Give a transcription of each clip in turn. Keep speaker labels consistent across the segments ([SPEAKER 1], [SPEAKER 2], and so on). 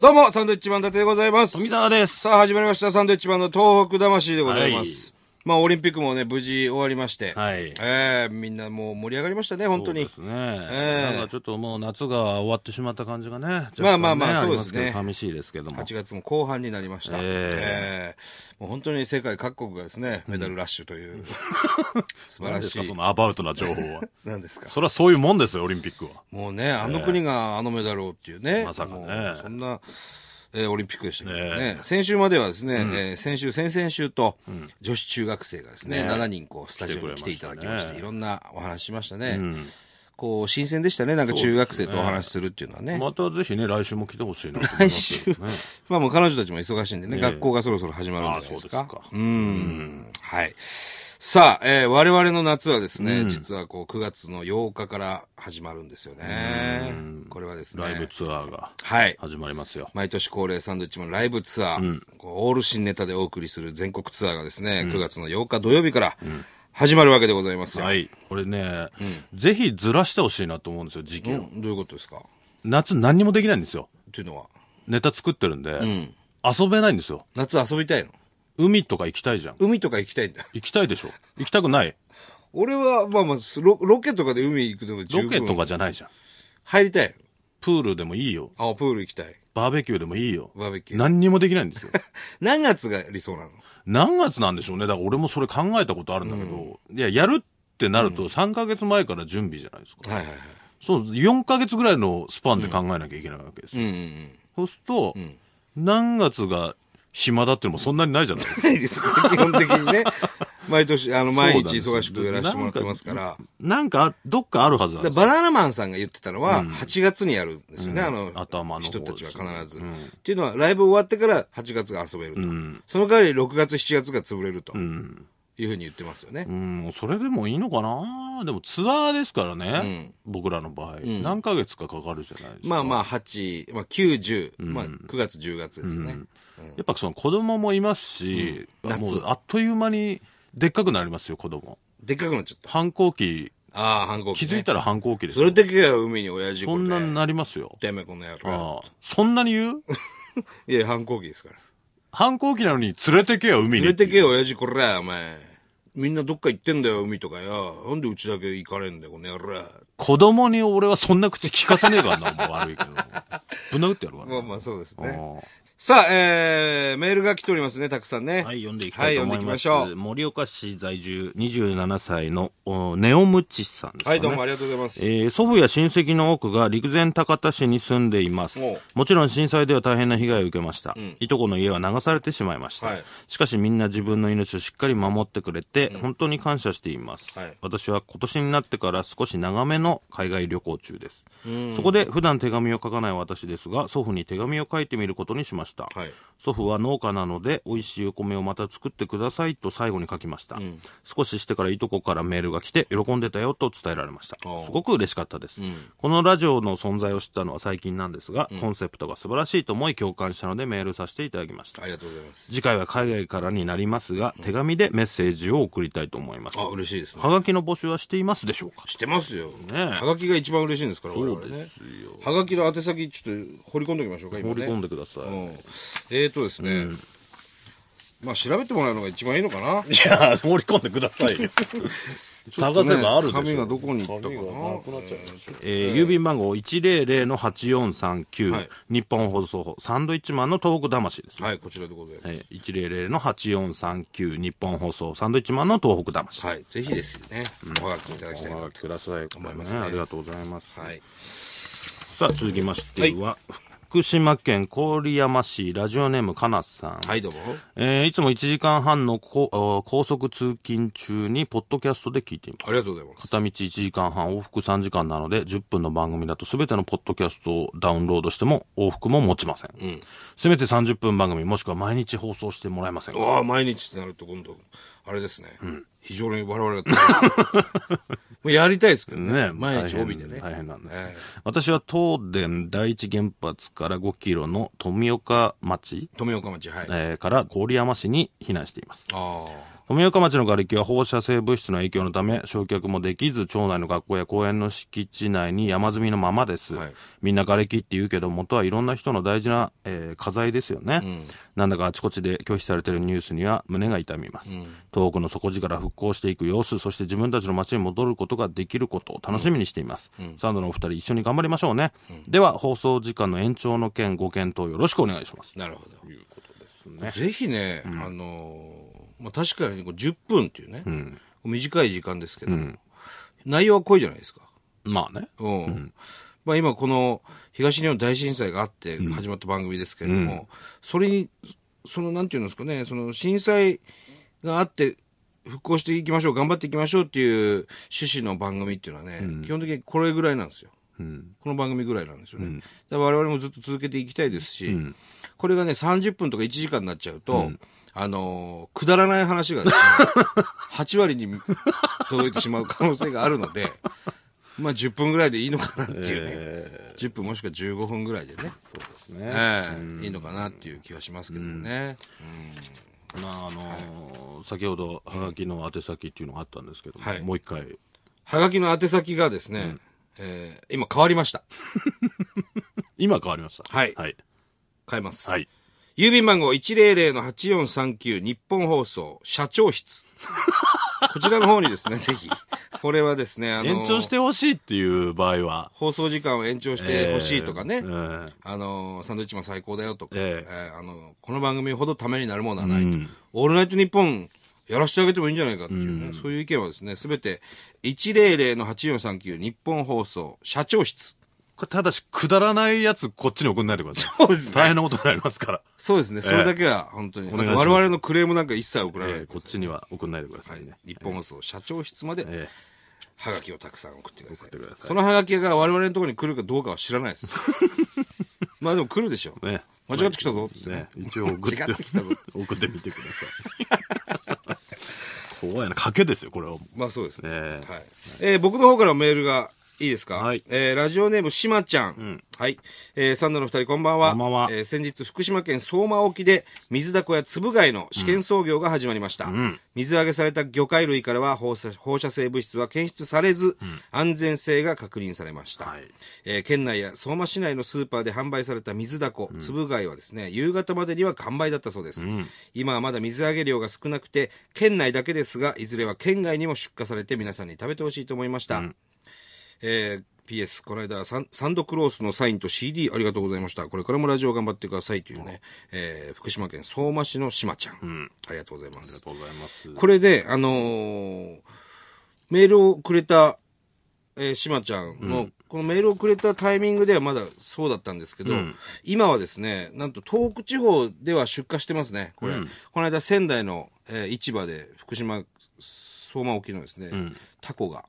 [SPEAKER 1] どうも、サンドイッチマン伊達でございます。
[SPEAKER 2] 富澤です。
[SPEAKER 1] さあ、始まりました。サンドイッチマンの東北魂でございます。まあ、オリンピックもね、無事終わりまして。
[SPEAKER 2] はい
[SPEAKER 1] ええみんなもう盛り上がりましたね、本当に。
[SPEAKER 2] そうですね、
[SPEAKER 1] ええ
[SPEAKER 2] なんかちょっともう夏が終わってしまった感じがね。
[SPEAKER 1] まあまあまあ
[SPEAKER 2] 若干
[SPEAKER 1] そうですね
[SPEAKER 2] ありますけど寂しいですけども。
[SPEAKER 1] 8月も後半になりました。
[SPEAKER 2] ええ
[SPEAKER 1] ええもう本当に世界各国がですね、メダルラッシュという、素晴
[SPEAKER 2] 何
[SPEAKER 1] ら
[SPEAKER 2] です
[SPEAKER 1] し
[SPEAKER 2] か、
[SPEAKER 1] い
[SPEAKER 2] そ。のアバウトな情報 は。
[SPEAKER 1] なんですか。
[SPEAKER 2] それはそういうもんですよ、オリンピックは。
[SPEAKER 1] もうね、あの国があのメダルをっていうね。
[SPEAKER 2] まさかね
[SPEAKER 1] もうそんな、えーオリンピックでしたけどね。
[SPEAKER 2] ね
[SPEAKER 1] 先週まではですね、えー先週、先々週と、女子中学生がですね、
[SPEAKER 2] ね
[SPEAKER 1] 7人こう、スタジオに来ていただきまし
[SPEAKER 2] 来てくれまし
[SPEAKER 1] て、
[SPEAKER 2] たね
[SPEAKER 1] いろんなお話しましたね。こう、新鮮でしたね、なんか中学生とお話しするっていうのはね。
[SPEAKER 2] またぜひね、来週も来てほしいなと思い
[SPEAKER 1] 来
[SPEAKER 2] ます。
[SPEAKER 1] 週、まあもう彼女たちも忙しいんでね、学校がそろそろ始まるんじゃないです
[SPEAKER 2] あ
[SPEAKER 1] か
[SPEAKER 2] あ。そうですか
[SPEAKER 1] うん。はい。さあ、えー我々の夏はですね、実はこう、9月の8日から始まるんですよね。これはですね。
[SPEAKER 2] ライブツアーが
[SPEAKER 1] はい。
[SPEAKER 2] 始まりますよ。
[SPEAKER 1] 毎年恒例サンドイッチマンライブツアー、こうオール新ネタでお送りする全国ツアーがですね、9月の8日土曜日から始まるわけでございますよ。
[SPEAKER 2] はい。これね、ぜひずらしてほしいなと思うんですよ、時期
[SPEAKER 1] う
[SPEAKER 2] を。
[SPEAKER 1] んどういうことですか
[SPEAKER 2] 夏何にもできないんですよ。
[SPEAKER 1] というのは、
[SPEAKER 2] ネタ作ってるんで、遊べないんですよ。
[SPEAKER 1] 夏遊びたいの
[SPEAKER 2] 海とか行きたいじゃん。
[SPEAKER 1] 海とか行きたいんだ。
[SPEAKER 2] 行きたいでしょ行きたくない。
[SPEAKER 1] 俺は、まあまあ、ロロケとかで海行くのも十
[SPEAKER 2] ロ
[SPEAKER 1] 分
[SPEAKER 2] ケとかじゃないじゃん。
[SPEAKER 1] 入りたい
[SPEAKER 2] プールでもいいよ。
[SPEAKER 1] のあ、プール行きたい。
[SPEAKER 2] バーベキューでもいいよ。
[SPEAKER 1] バーベキュー
[SPEAKER 2] 何にもできないん ですよ。
[SPEAKER 1] 何月が理想なの
[SPEAKER 2] 何月なんでしょうね。だから俺もそれ考えたことあるんだけど、いや、やるってなると3ヶ月前から準備じゃないですか。
[SPEAKER 1] はいはいはい。
[SPEAKER 2] そう、4ヶ月ぐらいのスパンで考えなきゃいけないわけですよ。
[SPEAKER 1] うんうん
[SPEAKER 2] そうすると、何月が暇だってのもそんなにないじゃないですか。
[SPEAKER 1] うん。いいですね、 基本的にね。毎年、あの、毎日
[SPEAKER 2] そうなんです
[SPEAKER 1] 忙
[SPEAKER 2] よ
[SPEAKER 1] しくやらせてもらってますから。
[SPEAKER 2] なんか、どっかあるはずなん
[SPEAKER 1] だ
[SPEAKER 2] で
[SPEAKER 1] か
[SPEAKER 2] すよ。
[SPEAKER 1] らバナナマンさんが言ってたのは、8月にやるんですよね、あの、
[SPEAKER 2] 頭の方
[SPEAKER 1] 人たちは
[SPEAKER 2] です
[SPEAKER 1] 必
[SPEAKER 2] ね
[SPEAKER 1] ず、っていうのは、ライブ終わってから8月が遊べると。その代わり6月、7月が潰れると。いうふうに言ってますよね。
[SPEAKER 2] うん、それでもいいのかなでもツアーですからね、僕らの場合、何ヶ月かかかるじゃないですか。
[SPEAKER 1] まあまあ、8、まあ9、10、まあ9月、10月ですね。
[SPEAKER 2] やっぱその子供もいますし、
[SPEAKER 1] うん
[SPEAKER 2] もう
[SPEAKER 1] 夏
[SPEAKER 2] あっという間にでっかくなりますよ、子供。
[SPEAKER 1] でっかくなっちゃった。
[SPEAKER 2] 反抗期、
[SPEAKER 1] ああ、反抗期、
[SPEAKER 2] 気
[SPEAKER 1] ね。
[SPEAKER 2] づいたら反抗期です
[SPEAKER 1] そ
[SPEAKER 2] よ。
[SPEAKER 1] れだけが海に親父
[SPEAKER 2] そ
[SPEAKER 1] こ
[SPEAKER 2] ん
[SPEAKER 1] れ
[SPEAKER 2] な
[SPEAKER 1] で
[SPEAKER 2] になりますよ。
[SPEAKER 1] てめえこの野郎。
[SPEAKER 2] ああそんなに 言う
[SPEAKER 1] いや、反抗期ですから。
[SPEAKER 2] 反抗期なのに連れてけよ、海に。
[SPEAKER 1] 連れてけよ、親父こら、お前。みんなどっか行ってんだよ、海とかよ。なんでうちだけ行かねえんだよ、この野郎。
[SPEAKER 2] 子供に俺はそんな口聞かせねえからな、お前悪いけど。 ぶん殴ってやるから
[SPEAKER 1] ま
[SPEAKER 2] な、
[SPEAKER 1] あまあ、そうですね。
[SPEAKER 2] ああ
[SPEAKER 1] さあ、えー、メールが来ておりますね、たくさんね。
[SPEAKER 3] はい、読んでいきたいと思います。
[SPEAKER 1] はい、読んでいきましょ
[SPEAKER 3] 盛岡市在住27歳のおネオムチさんです
[SPEAKER 1] う。
[SPEAKER 3] か
[SPEAKER 1] は
[SPEAKER 3] ね。
[SPEAKER 1] い、どうもありがとうございます。
[SPEAKER 3] えー祖父や親戚の多くが陸前高田市に住んでいます
[SPEAKER 1] おう。
[SPEAKER 3] もちろん震災では大変な被害を受けました。いとこの家は流されてしまいました。
[SPEAKER 1] はい
[SPEAKER 3] しかしみんな自分の命をしっかり守ってくれて、本当に感謝しています、
[SPEAKER 1] はい
[SPEAKER 3] 私は今年になってから少し長めの海外旅行中です。そこで普段手紙を書かない私ですが、祖父に手紙を書いてみることにしました。
[SPEAKER 1] はい
[SPEAKER 3] 祖父は農家なので美味しいお米をまた作ってくださいと最後に書きました、少ししてからいとこからメールが来て喜んでたよと伝えられました
[SPEAKER 1] ああ
[SPEAKER 3] すごく嬉しかったです、このラジオの存在を知ったのは最近なんですが、コンセプトが素晴らしいと思い共感したのでメールさせていただきました
[SPEAKER 1] ありがとうございます。
[SPEAKER 3] 次回は海外からになりますが、手紙でメッセージを送りたいと思います
[SPEAKER 1] あ、嬉しいですね。
[SPEAKER 3] はがきの募集はしていますでしょうか
[SPEAKER 1] してますよ。ね
[SPEAKER 3] え
[SPEAKER 1] はがきが一番嬉しいんですから、我々ね。はがきの宛先、ちょっと掘り込んでおきましょうか、今
[SPEAKER 3] 盛り
[SPEAKER 1] ね。
[SPEAKER 3] 込んでください、
[SPEAKER 1] うんえーとですね。まあ、調べてもらうのが一番いいのかな。
[SPEAKER 2] いや、盛り込んでください よ。探せばあるでしょ。
[SPEAKER 1] 紙がどこに行ったかな。
[SPEAKER 3] えー郵便番号100-8439、
[SPEAKER 1] はい
[SPEAKER 3] 日本放送サンドイッチマンの東北魂ですね、
[SPEAKER 1] はい、こちらでございます。
[SPEAKER 3] えー100-8439日本放送サンドイッチマンの東北魂、
[SPEAKER 1] はい、ぜひですね、おはがきいただきたいな
[SPEAKER 3] お
[SPEAKER 1] と
[SPEAKER 3] 書きください
[SPEAKER 1] 思いますね
[SPEAKER 3] ありがとうございます、
[SPEAKER 1] はい。
[SPEAKER 3] さあ続きましては、福島県郡山市ラジオネームかなさん、
[SPEAKER 1] はい、どうも。
[SPEAKER 3] えーいつも1時間半のこあー高速通勤中にポッドキャストで聞いています
[SPEAKER 1] ありがとうございます。
[SPEAKER 3] 片道1時間半往復3時間なので10分の番組だと全てのポッドキャストをダウンロードしても往復も持ちません、せめて30分番組もしくは毎日放送してもらえませんか
[SPEAKER 1] ああ、毎日ってなると今度、あれですね。非常に我々が。 もうやりたいですけどね。
[SPEAKER 3] ね
[SPEAKER 1] 毎日帯でね。
[SPEAKER 3] 大変大変なんです、
[SPEAKER 1] ええ
[SPEAKER 3] 私は東電第一原発から5キロの富岡町、
[SPEAKER 1] 富岡町、はい。あ
[SPEAKER 3] えーから郡山市に避難しています
[SPEAKER 1] あ。
[SPEAKER 3] 富岡町の瓦礫は放射性物質の影響のため、焼却もできず、町内の学校や公園の敷地内に山積みのままです。
[SPEAKER 1] はい
[SPEAKER 3] みんな瓦礫って言うけど、元はいろんな人の大事な、えー家財ですよね、なんだかあちこちで拒否されてるニュースには胸が痛みます。東北の底力復興していく様子、そして自分たちの町に戻ることができることを楽しみにしています。サンドのお二人一緒に頑張りましょうね。では、放送時間の延長の件ご検討よろしくお願いします。
[SPEAKER 1] なるほど。いうことですね。ぜひね、あのーまあ、確かにこう10分っていうね、短い時間ですけど、内容は濃いじゃないですか。
[SPEAKER 3] まあね。
[SPEAKER 1] うん。まあ今この東日本大震災があって始まった番組ですけれども、それに、そのなんていうんですかね、その震災があって復興していきましょう、頑張っていきましょうっていう趣旨の番組っていうのはね、基本的にこれぐらいなんですよ。この番組ぐらいなんですよね。だから我々もずっと続けていきたいですし、これがね、30分とか1時間になっちゃうと、あのーくだらない話がです ね、8割に届いてしまう可能性があるので、まあ10分ぐらいでいいのかなっていうね。10分もしくは15分ぐらいでね。そうですね。いいのかなっていう気はしますけどもね。
[SPEAKER 3] まああのー先ほどはがきの宛先っていうのがあったんですけども、
[SPEAKER 1] はい
[SPEAKER 3] もう一回
[SPEAKER 1] はがきの宛先がですね、えー今変わりました。
[SPEAKER 3] 今変わりました
[SPEAKER 1] はい
[SPEAKER 3] はい、
[SPEAKER 1] 変えます。
[SPEAKER 3] はい、
[SPEAKER 1] 郵便番号100-8439日本放送社長室。こちらの方にですね、 ぜひ。これはですね、あの、
[SPEAKER 3] 延長してほしいっていう場合は
[SPEAKER 1] 放送時間を延長してほしいとかね。
[SPEAKER 3] えー
[SPEAKER 1] あの、サンドイッチマン最高だよとか、
[SPEAKER 3] え
[SPEAKER 1] えーあの、この番組ほどためになるものはないと。
[SPEAKER 3] うん
[SPEAKER 1] オールナイトニッポンやらせてあげてもいいんじゃないかっていうね、そういう意見はですね、すべて100-8439日本放送社長室。
[SPEAKER 3] これただしくだらないやつこっちに送んないでください
[SPEAKER 1] そうですね
[SPEAKER 3] 大変なことになりますから、
[SPEAKER 1] そうですね、それだけは本当に。
[SPEAKER 3] お願いします
[SPEAKER 1] 我々のクレームなんか一切送らない
[SPEAKER 3] えーこっちには送んないでくださ
[SPEAKER 1] はい
[SPEAKER 3] ね、
[SPEAKER 1] い、日本放送社長室まで
[SPEAKER 3] え
[SPEAKER 1] ハガキをたくさん送ってください
[SPEAKER 3] てください
[SPEAKER 1] そのハガキが我々のところに来るかどうかは知ら ないですまあでも来るでしょう、
[SPEAKER 3] ーね
[SPEAKER 1] 間違ってきたぞっつって、
[SPEAKER 3] ね、一応送っ
[SPEAKER 1] 間違ってきたぞ
[SPEAKER 3] 送ってみてください怖いな賭けですよこれは
[SPEAKER 1] まあそうですね、
[SPEAKER 3] ええ
[SPEAKER 1] はいえー僕の方からメールがいいですか、
[SPEAKER 3] はい
[SPEAKER 1] えーラジオネームしまちゃん、はい、えーサンドの二人こんばんは
[SPEAKER 3] こんばんは
[SPEAKER 1] えー先日福島県相馬沖で水だこやつぶ貝の試験操業が始まりました、水揚げされた魚介類からは放射放射性物質は検出されず、安全性が確認されました、
[SPEAKER 3] はい
[SPEAKER 1] えー県内や相馬市内のスーパーで販売された水だこ、つぶ貝はですね、夕方までには完売だったそうです。今はまだ水揚げ量が少なくて、県内だけですが、いずれは県外にも出荷されて皆さんに食べてほしいと思いました。えー PS、この間サン、サンドクロースのサインと CD ありがとうございました。これからもラジオ頑張ってくださいというね、えー福島県相馬市のしまちゃん。ありがとうございま
[SPEAKER 3] あり
[SPEAKER 1] す
[SPEAKER 3] が。とうございます
[SPEAKER 1] これで、あのーメールをくれた、えー、しまちゃんの、このメールをくれたタイミングではまだそうだったんですけど、今はですね、なんと東北地方では出荷してますね、これ。この間仙台の、えー市場で福島相馬沖のですね、タコが、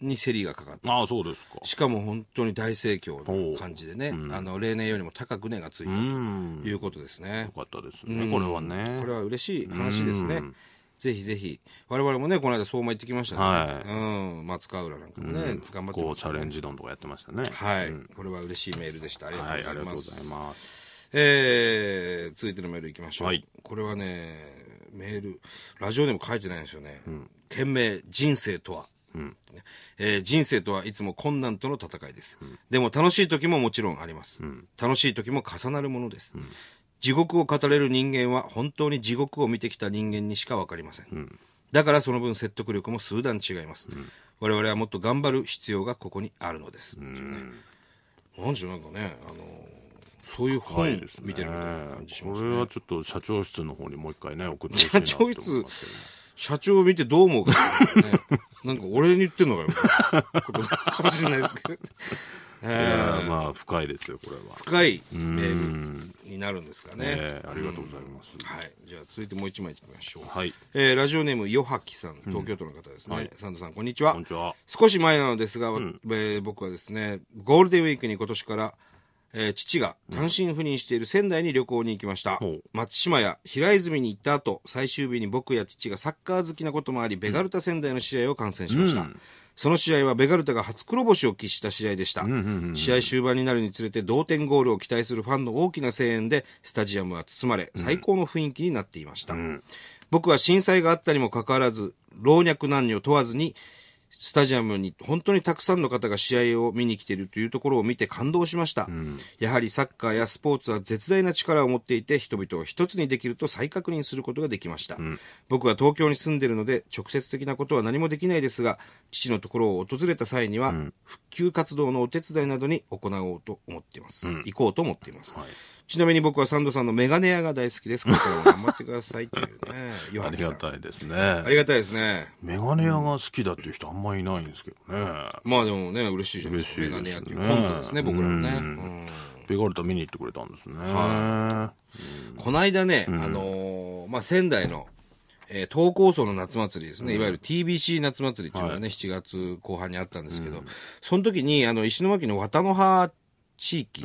[SPEAKER 1] に競りがかかって、
[SPEAKER 3] ああそうですか
[SPEAKER 1] しかも本当に大盛況な感じでね、あの、例年よりも高く値がついた
[SPEAKER 3] う
[SPEAKER 1] と
[SPEAKER 3] ん
[SPEAKER 1] いうことですね。
[SPEAKER 3] よかったですねこれはね
[SPEAKER 1] これは嬉しい話ですね。ぜひぜひ。我々もね、この間相馬行ってきましたね。
[SPEAKER 3] はい
[SPEAKER 1] うん。松川浦なんかもね、頑張って
[SPEAKER 3] こ
[SPEAKER 1] ま
[SPEAKER 3] う
[SPEAKER 1] す
[SPEAKER 3] チャレンジ丼とかやってましたね
[SPEAKER 1] はい、これは嬉しいメールでした。あり
[SPEAKER 3] はい、あり
[SPEAKER 1] が
[SPEAKER 3] が
[SPEAKER 1] と
[SPEAKER 3] と
[SPEAKER 1] うご
[SPEAKER 3] うご
[SPEAKER 1] ざい
[SPEAKER 3] ざ
[SPEAKER 1] ます。
[SPEAKER 3] います。
[SPEAKER 1] えー、続いてのメールいきましょう。
[SPEAKER 3] はい
[SPEAKER 1] これはね、メール、ラジオでも書いてないんですよね。件名、人生とは。ねえー人生とはいつも困難との戦いです。でも楽しい時ももちろんあります。楽しい時も重なるものです。地獄を語れる人間は本当に地獄を見てきた人間にしかわかりません。だからその分説得力も数段違います。我々はもっと頑張る必要がここにあるのです。っていうねなんでしょう、なんかね、あのそういう本
[SPEAKER 3] はいですね。
[SPEAKER 1] 見てるみたいな感じします
[SPEAKER 3] こ
[SPEAKER 1] ね。
[SPEAKER 3] れはちょっと社長室の方にもう一回ね、送ってほしいな
[SPEAKER 1] 社
[SPEAKER 3] と思
[SPEAKER 1] 長
[SPEAKER 3] い
[SPEAKER 1] い
[SPEAKER 3] ます
[SPEAKER 1] つ、社長を見てどう思うか、ね、なんか俺に言ってんのかよ、みたいなことかもしれないですけど。
[SPEAKER 3] いやーまあ、深いですよ、これは。
[SPEAKER 1] 深いメールになるんですかね。
[SPEAKER 3] えーありがとうございます。
[SPEAKER 1] はい。じゃあ続いてもう一枚いきましょう。
[SPEAKER 3] はい。
[SPEAKER 1] えーラジオネーム、よはきさん、東京都の方ですね。サンドさん、こんにちは。
[SPEAKER 3] こんにちは。
[SPEAKER 1] 少し前なのですが、えー僕はですね、ゴールデンウィークに今年から、えー父が単身赴任している仙台に旅行に行きました。
[SPEAKER 3] ほう
[SPEAKER 1] 松島や平泉に行った後、最終日に僕や父がサッカー好きなこともあり、ベガルタ仙台の試合を観戦しました。その試合はベガルタが初黒星を喫した試合でした。試合終盤になるにつれて同点ゴールを期待するファンの大きな声援でスタジアムは包まれ、最高の雰囲気になっていました。僕は震災があったにもかかわらず、老若男女問わずに、スタジアムに本当にたくさんの方が試合を見に来ているというところを見て感動しました、やはりサッカーやスポーツは絶大な力を持っていて人々を一つにできると再確認することができました、僕は東京に住んでいるので直接的なことは何もできないですが父のところを訪れた際には、復旧活動のお手伝いなどに行おうと思っています、行こうと思っています、ちなみに僕はサンドさんのメガネ屋が大好きです。これからも頑張ってくださいというね。ヨ
[SPEAKER 2] あ
[SPEAKER 1] ハ
[SPEAKER 2] り
[SPEAKER 1] ネさ
[SPEAKER 2] が
[SPEAKER 1] ん。
[SPEAKER 2] たいです
[SPEAKER 1] あ
[SPEAKER 2] ね。
[SPEAKER 1] りがたいですね。
[SPEAKER 2] メガネ屋が好きだっていう人あんまいないんですけどね。
[SPEAKER 1] まあでもね、嬉しいじゃないですか。メ
[SPEAKER 2] 嬉し
[SPEAKER 1] ガ
[SPEAKER 2] い
[SPEAKER 1] ネ
[SPEAKER 2] です
[SPEAKER 1] 屋
[SPEAKER 2] ね
[SPEAKER 1] というコントですね、僕らのね。うん
[SPEAKER 2] ペガルタ見に行ってくれたんですね。
[SPEAKER 1] この間ね、あのーまあ、仙台の、えー東高層の夏祭りですね、いわゆる TBC 夏祭りっていうのがね、7月後半にあったんですけど、その時に、あの、石巻の綿の葉地域、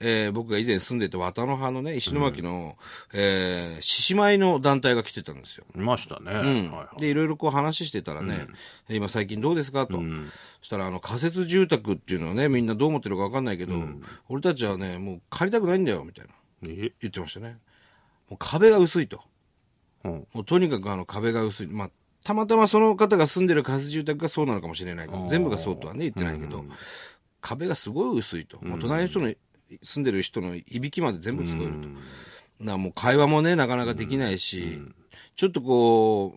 [SPEAKER 1] えー僕が以前住んでた綿の葉のね、石巻の、えー獅子舞の団体が来てたんですよ。
[SPEAKER 2] いましたね。
[SPEAKER 1] うん
[SPEAKER 2] はいはい
[SPEAKER 1] で、いろいろこう話してたらね、今最近どうですかと。そしたら、あの、仮設住宅っていうのはね、みんなどう思ってるか分かんないけど、俺たちはね、もう借りたくないんだよ、みたいな。
[SPEAKER 2] え
[SPEAKER 1] 言ってましたね。もう壁が薄いと。
[SPEAKER 2] うん
[SPEAKER 1] もうとにかくあの壁が薄い。まあ、たまたまその方が住んでる仮設住宅がそうなのかもしれないけど、全部がそうとはね、言ってないけど、壁がすごい薄いと。もう隣の人の、住んでる人のいびきまで全部聞こえると。なもう会話もね、なかなかできないし、ちょっとこ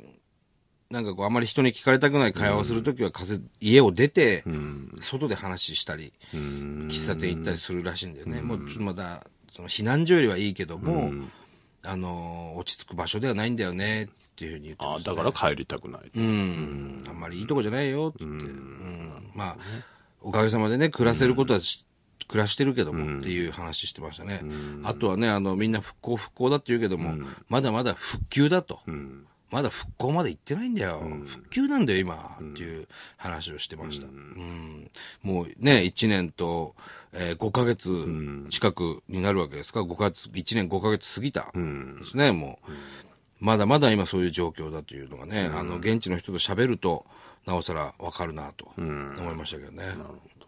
[SPEAKER 1] う、なんかこう、あまり人に聞かれたくない会話をするときは、風、家を出て、外で話したり、喫茶店行ったりするらしいんだよね。もう、ちょっとまだ、その避難所よりはいいけども、あのー、落ち着く場所ではないんだよね、っていうふうに言って
[SPEAKER 2] あ
[SPEAKER 1] ま
[SPEAKER 2] あ、
[SPEAKER 1] した
[SPEAKER 2] だ
[SPEAKER 1] ね
[SPEAKER 2] から帰りたくない。
[SPEAKER 1] うん、あんまりいいとこじゃないよって言って、うんまあ、おかげさまでね、暮らせることはし、暮らしてるけどもっていう話してましたね。あとはね、あの、みんな復興復興だって言うけども、まだまだ復旧だと。まだ復興まで行ってないんだよ。復旧なんだよ、今。っていう話をしてました。うんもうね、1年と、え5ヶ月近くになるわけですか。5ヶ月、1年5ヶ月過ぎた。ですね、もう。まだまだ今そういう状況だというのがね、あの、現地の人と喋ると、なおさらわかるなと思いましたけどね。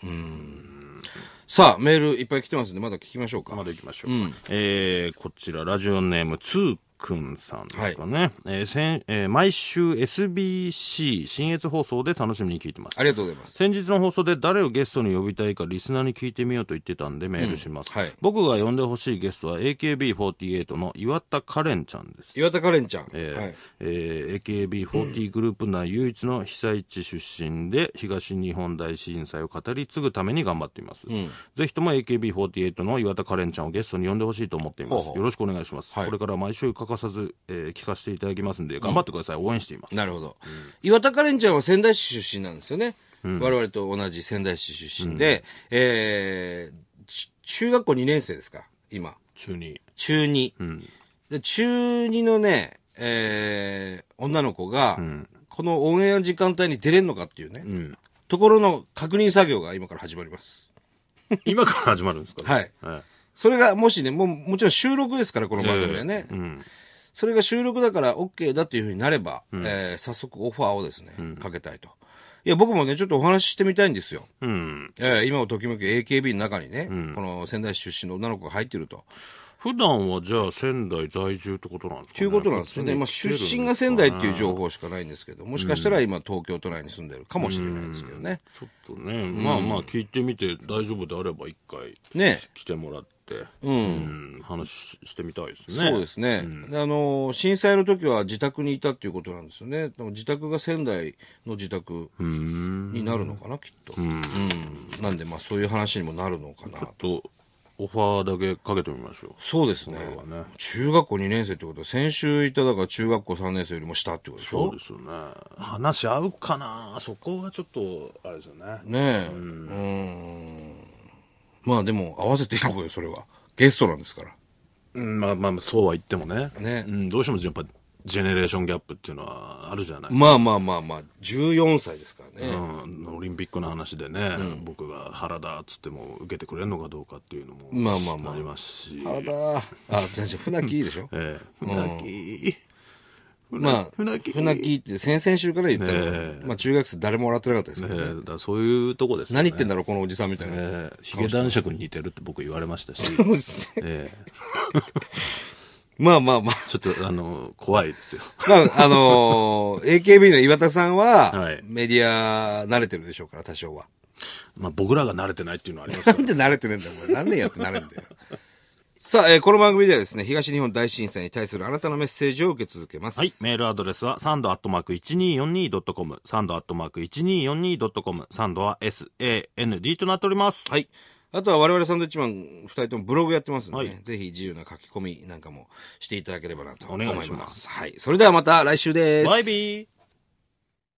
[SPEAKER 1] うんさあ、メールいっぱい来てますんで、まだ聞きましょうか。
[SPEAKER 2] まだ行きましょう。
[SPEAKER 1] うん
[SPEAKER 3] えーこちら、ラジオネーム、つーくんさんですかね。えー先えー毎週 SBC 新越放送で楽しみに聞いてます。
[SPEAKER 1] ありがとうございます。
[SPEAKER 3] 先日の放送で誰をゲストに呼びたいかリスナーに聞いてみようと言ってたんでメールします。
[SPEAKER 1] うんはい
[SPEAKER 3] 僕が呼んでほしいゲストは AKB48 の岩田カレンちゃんです。
[SPEAKER 1] 岩田カレンちゃん。
[SPEAKER 3] えー
[SPEAKER 1] はい
[SPEAKER 3] えー AKB40 グループ内唯一の被災地出身で東日本大震災を語り継ぐために頑張っています、ぜひとも AKB48 の岩田カレンちゃんをゲストに呼んでほしいと思っています
[SPEAKER 1] ほうほう
[SPEAKER 3] よろしくお願いします、
[SPEAKER 1] はい
[SPEAKER 3] これから毎週欠かさず、えー聞かせていただきますんで頑張ってください、応援しています
[SPEAKER 1] なるほど、岩田カレンちゃんは仙台市出身なんですよね。我々と同じ仙台市出身で、えーち中学校2年生ですか、今。
[SPEAKER 2] 中 に。
[SPEAKER 1] 中2。で中2のね、えー女の子が、このオンエア時間帯に出れんのかっていうね、ところの確認作業が今から始まります。
[SPEAKER 2] 今から始まるんですか
[SPEAKER 1] はい。
[SPEAKER 2] はい。
[SPEAKER 1] それがもしね、もうもちろん収録ですから、この番組はね。それが収録だから OK だというふうになれば、えー早速オファーをですね、かけたいと。いや、僕もね、ちょっとお話ししてみたいんですよ。
[SPEAKER 2] うん。
[SPEAKER 1] えー今をときめく AKB の中にね、この仙台市出身の女の子が入ってると。
[SPEAKER 2] 普段はじゃあ仙台在住ってことなんですかね
[SPEAKER 1] ということなんですよね。まあ、出身が仙台っていう情報しかないんですけど、もしかしたら今東京都内に住んでるかもしれないですけどね。
[SPEAKER 2] ちょっとね、まあまあ聞いてみて大丈夫であれば一回
[SPEAKER 1] ね
[SPEAKER 2] 来てもらって、うん話ししてみたいですね。
[SPEAKER 1] そうですね、であの震災の時は自宅にいたっていうことなんですよね、でも自宅が仙台の自宅になるのかな、きっと。うんなんで、まあ、そういう話にもなるのかな。
[SPEAKER 2] とオファーだけかけてみましょ
[SPEAKER 1] そうですね
[SPEAKER 2] これはね
[SPEAKER 1] 中学校2年生ってことは、先週いただから中学校3年生よりも下ってこと
[SPEAKER 2] う。
[SPEAKER 1] でし
[SPEAKER 2] そ
[SPEAKER 1] ょ
[SPEAKER 2] うですよね。話合うかなそこはちょっと、あれですよね。
[SPEAKER 1] ねえ。うん。まあ、でも、合わせていこうよ、それは。ゲストなんですから。
[SPEAKER 2] うん、まあまあ、そうは言ってもね。
[SPEAKER 1] ね
[SPEAKER 2] うん、どうしてもやっぱ、ジェネレーションギャップっていうのはあるじゃない。
[SPEAKER 1] まあまあまあまあ、14歳ですからね。
[SPEAKER 2] うん、オリンピックの話でね、僕が原田っつっても受けてくれるのかどうかっていうのも
[SPEAKER 1] まあまあまあ
[SPEAKER 2] りますし、
[SPEAKER 1] あらだ。あ、全然、船木いいでしょ
[SPEAKER 2] ええ、船木、
[SPEAKER 1] まあ、
[SPEAKER 2] 船木
[SPEAKER 1] 船木って先々週から言ったの、
[SPEAKER 2] え
[SPEAKER 1] まあ中学生誰も笑ってなかったですけ
[SPEAKER 2] え
[SPEAKER 1] ど、ね
[SPEAKER 2] えだからそういうとこですよ
[SPEAKER 1] 何
[SPEAKER 2] ね
[SPEAKER 1] 言ってんだろう、このおじさんみたいな。
[SPEAKER 2] ええヒゲ男爵に似てるって僕言われましたし、
[SPEAKER 1] そうですね
[SPEAKER 2] え
[SPEAKER 1] まあまあまあ。
[SPEAKER 2] ちょっと、あの、怖いですよ。
[SPEAKER 1] まあ、あのー AKB の岩田さんは、
[SPEAKER 2] はい
[SPEAKER 1] メディア慣れてるでしょうから、多少は。
[SPEAKER 2] まあ、僕らが慣れてないっていうのはあります
[SPEAKER 1] な
[SPEAKER 2] よ
[SPEAKER 1] んで慣れてねえんだよ、これ。何年やって慣れんだ よ。さあ、えーこの番組ではですね、東日本大震災に対するあなたのメッセージを受け続けます。
[SPEAKER 3] はい。メールアドレスは、サンドアットマーク 1242.com、サンドアットマーク 1242.com、サンドは SAND となっております。
[SPEAKER 1] はい。あとは我々サンドウィッチマン二人ともブログやってますので、ね
[SPEAKER 3] はい
[SPEAKER 1] ぜひ自由な書き込みなんかもしていただければなと
[SPEAKER 3] お
[SPEAKER 1] 思い
[SPEAKER 3] 願い
[SPEAKER 1] ます。
[SPEAKER 3] します
[SPEAKER 1] はい。それではまた来週です。
[SPEAKER 3] バイビー